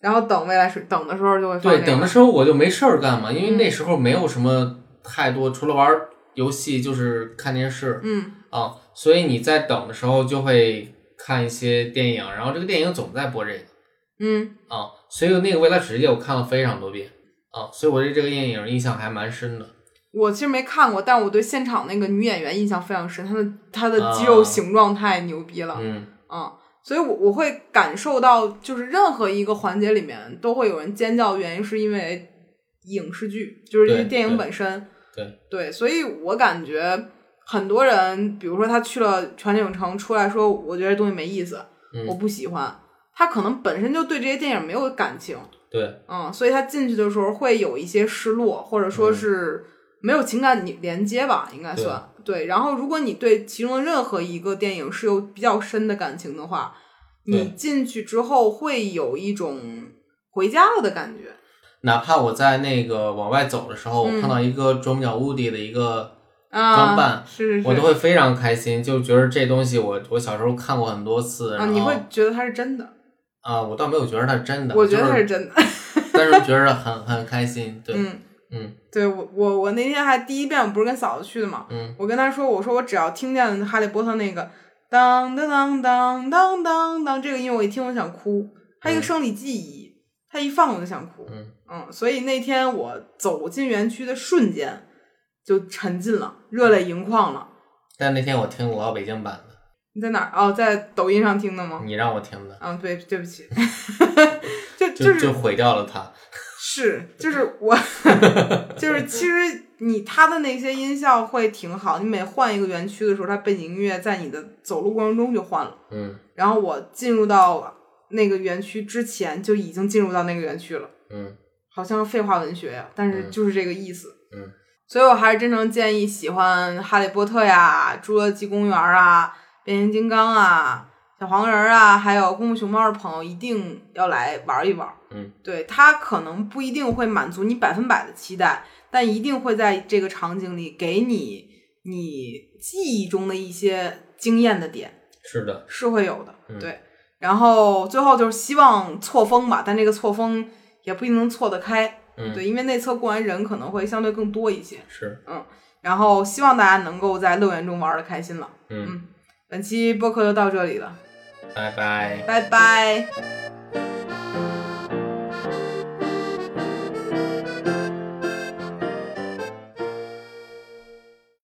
然后等未来水等的时候就会放、这对，个。等的时候我就没事儿干嘛，因为嗯那时候没有什么太多，除了玩儿游戏就是看电视嗯啊，所以你在等的时候就会看一些电影，然后这个电影总在播这个。嗯啊，所以那个《未来水世界》我看了非常多遍啊，所以我对这个电影印象还蛮深的。我其实没看过，但我对现场那个女演员印象非常深，她的她的肌啊肉形状太牛逼了。嗯嗯，所以我我会感受到，就是任何一个环节里面都会有人尖叫，原因是因为影视剧，就是因为对电影对本身。对所以我感觉很多人，比如说他去了全景城出来说，我觉得这东西没意思，嗯我不喜欢。他可能本身就对这些电影没有感情，对，嗯，所以他进去的时候会有一些失落，或者说嗯啊是没有情感连接吧，应该算对。然后，如果你对其中的任何一个电影是有比较深的感情的话，对你进去之后会有一种回家了的感觉。哪怕我在那个往外走的时候，我嗯看到一个啄木鸟 Woody 的一个，装啊扮，是是我都是，会非常开心，就觉得这东西我我小时候看过很多次，啊，然后你会觉得它是真的，啊，我倒没有觉得它是真的，我觉得就它是是，真的。 但是觉得很很开心。对，嗯，嗯对我我我那天还第一遍我不是跟嫂子去的嘛，嗯我跟她说，我说我只要听见哈利波特那个当当当当当当当这个音，我一听我就想哭，它一个嗯生理记忆，它一放我就想哭，嗯所以那天我走进园区的瞬间就沉浸了，热泪盈眶了。但那天我听老北京版的，你在哪儿？哦，在抖音上听的吗？你让我听的，嗯，对，对不起， 就就是就毁掉了它。是，就是我，就是其实你它的那些音效会挺好，你每换一个园区的时候，它背景音乐在你的走路过程中就换了。嗯然后我进入到那个园区之前就已经进入到那个园区了，嗯好像废话文学呀，但是嗯就是这个意思。嗯，所以我还是真诚建议喜欢《哈利波特》呀、《侏罗纪公园》啊、《变形金刚》啊、小黄人儿啊，还有《功夫熊猫》的朋友，一定要来玩一玩。嗯，对，它可能不一定会满足你百分百的期待，但一定会在这个场景里给你你记忆中的一些惊艳的点。是的，是会有的，嗯对。然后最后就是希望错峰吧，但这个错峰也不一定能错得开，嗯对，因为内测过完人可能会相对更多一些。是，然后希望大家能够在乐园中玩的开心了。嗯，本期播客就到这里了，拜拜。拜拜。